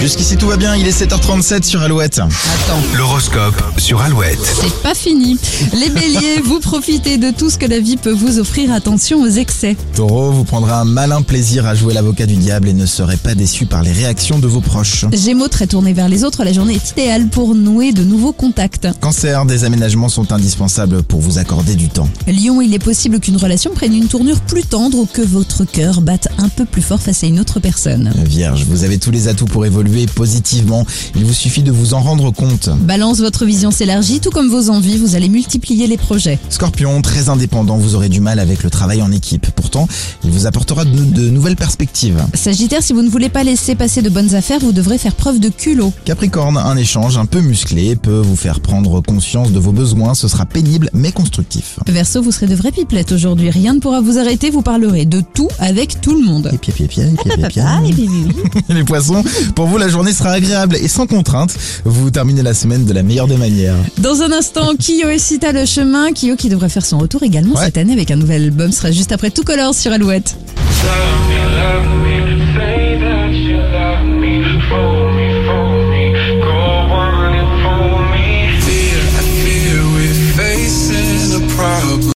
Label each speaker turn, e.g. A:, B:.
A: Jusqu'ici tout va bien, il est 7h37 sur Alouette.
B: Attends,
C: L'horoscope sur Alouette.
B: c'est pas fini. Les béliers, vous profitez de tout ce que la vie peut vous offrir. Attention aux excès.
A: Taureau, vous prendrez un malin plaisir à jouer l'avocat du diable et ne serez pas déçu par les réactions de vos proches.
B: Gémeaux très tournés vers les autres, la journée est idéale pour nouer de nouveaux contacts.
A: Cancer, des aménagements sont indispensables pour vous accorder du temps.
B: Lion, il est possible qu'une relation prenne une tournure plus tendre ou que votre cœur batte un peu plus fort face à une autre personne.
A: Vierge, vous avez tous les atouts pour évoluer positivement, il vous suffit de vous en rendre compte.
B: Balance, votre vision s'élargit, tout comme vos envies, vous allez multiplier les projets.
A: Scorpion, très indépendant, vous aurez du mal avec le travail en équipe. Pourtant, il vous apportera de, de nouvelles perspectives.
B: Sagittaire, si vous ne voulez pas laisser passer de bonnes affaires, vous devrez faire preuve de culot.
A: Capricorne, un échange un peu musclé peut vous faire prendre conscience de vos besoins, ce sera pénible mais constructif.
B: Verseau, vous serez de vraies pipelettes aujourd'hui. Rien ne pourra vous arrêter, vous parlerez de tout avec tout le monde.
A: Et puis, et puis, et puis, et puis, et puis, et puis.
B: Ah, et puis, oui, oui.
A: les poissons, pour vous la journée sera agréable et sans contrainte. Vous terminez la semaine de la meilleure des manières.
B: Dans un instant, Kyo et Sita le chemin. Kyo qui devrait faire son retour également
A: Ouais.
B: cette année avec un nouvel album sera juste après Tout Color sur Alouette.
D: love me, love me.